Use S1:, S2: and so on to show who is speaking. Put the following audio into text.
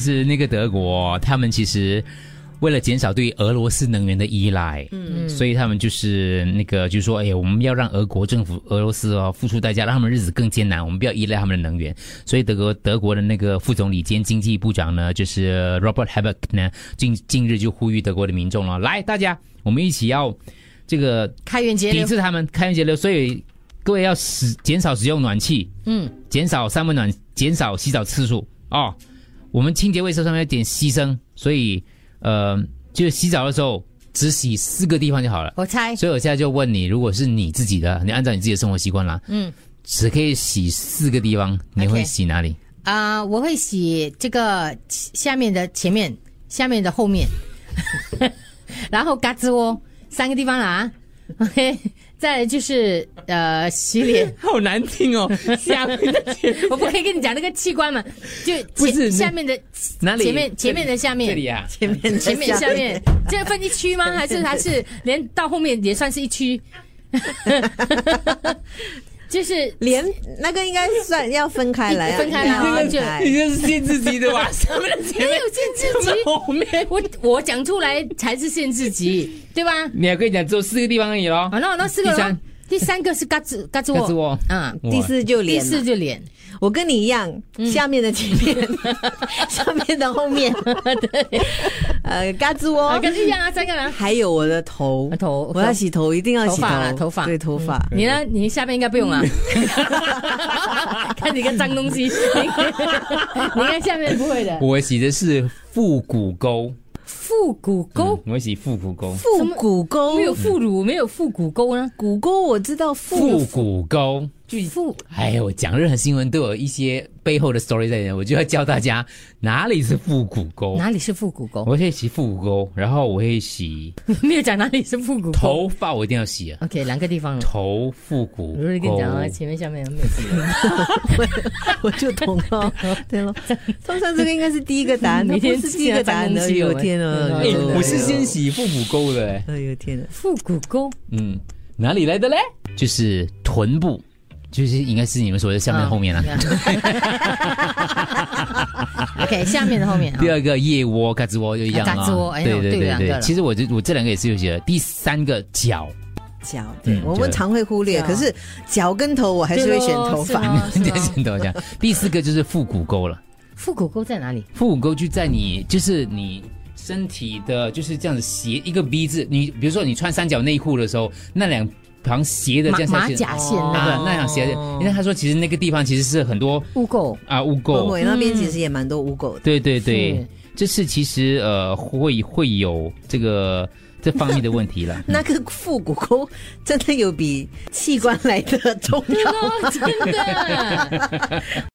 S1: 是那个德国，他们其实为了减少对俄罗斯能源的依赖，嗯，所以他们就是那个，就是说，哎呀，我们要让俄国政府、俄罗斯哦付出代价，让他们日子更艰难，我们不要依赖他们的能源。所以德国德国的那个副总理兼经济部长呢，就是呃 Robert Habeck 呢，近近日就呼吁德国的民众了，来，大家我们一起要这个
S2: 开源节
S1: 抵
S2: 流，
S1: 制他们开源节流，所以各位要使减少使用暖气，
S2: 嗯，
S1: 减少三温暖，减少洗澡次数哦。我们清洁卫生上面有点牺牲，所以呃，就是洗澡的时候只洗四个地方就好了。
S2: 我猜
S1: 所以我现在就问你，如果是你自己的，你按照你自己的生活习惯啦，
S2: 嗯，
S1: 只可以洗四个地方，你会
S2: OK
S1: 洗哪里？
S2: 啊、我会洗这个下面的前面，下面的后面， 然后嘎吱窝三个地方了啊。OK，再来就是呃 洗脸，
S1: 好难听 哦，下面的前
S2: 我不可以跟你讲那个器官嘛，就
S1: 不是那
S2: 前下面的
S1: 哪里？
S2: 前面前面的下面
S1: 这里啊，
S3: 前面
S2: 前面 下面，这分一区吗？还是还是连到后面也算是一区？ 就是
S3: 连那个应该算要分开来啊，
S2: 分开来啊
S3: 分
S2: 就
S3: 开。
S1: 这是限制级的吧？上面的前
S2: 没有限制级，
S1: 后面。
S2: 我我讲出来才是限制级，对吧？哦
S1: 你还可以讲只有四个地方而已咯。
S2: 好，那我那四个咯
S1: 第三
S2: 第三个是嘎吱嘎吱
S1: 可是
S2: 窝，
S1: 我
S2: 嗯，
S3: 第四就
S2: 第
S3: 连嘛，
S2: 四就脸，
S3: 我跟你一样，
S2: 嗯
S3: 下面的前 面，上面的后面，呃，嘎吱窝
S2: 啊，，跟一样啊，三个人。
S3: 还有我的头，
S2: 头
S3: 我要洗头，一定要洗
S2: 头发啦头发嗯
S3: 对头发。
S2: 你呢？你下面应该不用了， 看你个脏东西， 你看下面不会的。
S1: 我洗的是腹股沟，嗯
S2: 腹股沟
S1: 我洗腹股沟，
S3: 腹股沟
S2: 没，有副乳，没有腹股沟呢？
S3: 股沟我知道
S1: 腹
S3: 腹
S1: 股沟。
S2: 就腹
S1: 哎呦，我讲任何新闻都有一些背后的 story 在里面，我就要教大家哪里是腹股沟。
S2: 哪里是腹股沟？
S1: 我会洗腹股沟，然后我会洗
S2: 没有讲哪里是腹股沟。
S1: 头发，我一定要洗啊，
S2: OK，两个地方了。
S1: 头腹股
S2: 我就跟你
S1: 沟。
S2: 讲啊，前面下面有没有几个？
S3: 我就懂了， 对了。通常这个应该是第一个答案，
S2: 每天
S3: 那不是第一个答案的。
S2: 吃
S3: 哎
S2: 啊
S3: 呦天
S2: 办
S3: 啊！
S2: 公
S1: 哎
S2: 室有
S3: 哎呦
S2: 啊，
S1: 我是先洗腹股沟的、哎
S3: 哎呦天啊！
S2: 腹股沟
S1: 嗯，哪里来的嘞？就是臀部，就是应该是你们说的下面后面了、
S2: 啊 OK，下面的后面啊
S1: 第。二个腋窝、胳肢窝就一样
S2: 啊胳
S1: 啊
S2: 肢窝，哎呦
S1: 对
S2: 对
S1: 对
S2: 两个
S1: 对。
S2: 了
S1: 其实我这我这两个也是有写的。第三个脚，
S3: 脚，对
S1: 嗯
S3: 我们
S1: 对
S3: 常会忽略，
S2: 脚
S3: 可是脚跟头我还是会选头
S2: 啊对
S3: 发。
S2: 咯哦是 啊
S1: 你
S2: 咯
S1: 再
S2: 是咯
S1: 先等一下。第四个就是腹股沟了，
S2: 腹股沟在哪里？
S1: 腹股沟就在你就是你身体的就是这样子斜一个 V 字。你比如说你穿三角内裤的时候，那两旁斜的这
S2: 马
S1: 样下
S2: 马
S1: 去。
S2: 甲线那
S1: 啊
S2: 个，
S1: 那样斜的，因为他说其实那个地方其实是很多
S2: 污 垢。
S1: 啊污
S3: 我
S1: 垢，
S3: 们那边其
S2: 嗯
S3: 实也蛮多污垢的，
S1: 对对对
S2: 是，
S1: 这是其实呃会会有这个这方面的问题 了。
S3: 那个腹股沟真的有比器官来的重要。
S2: 哦，真的。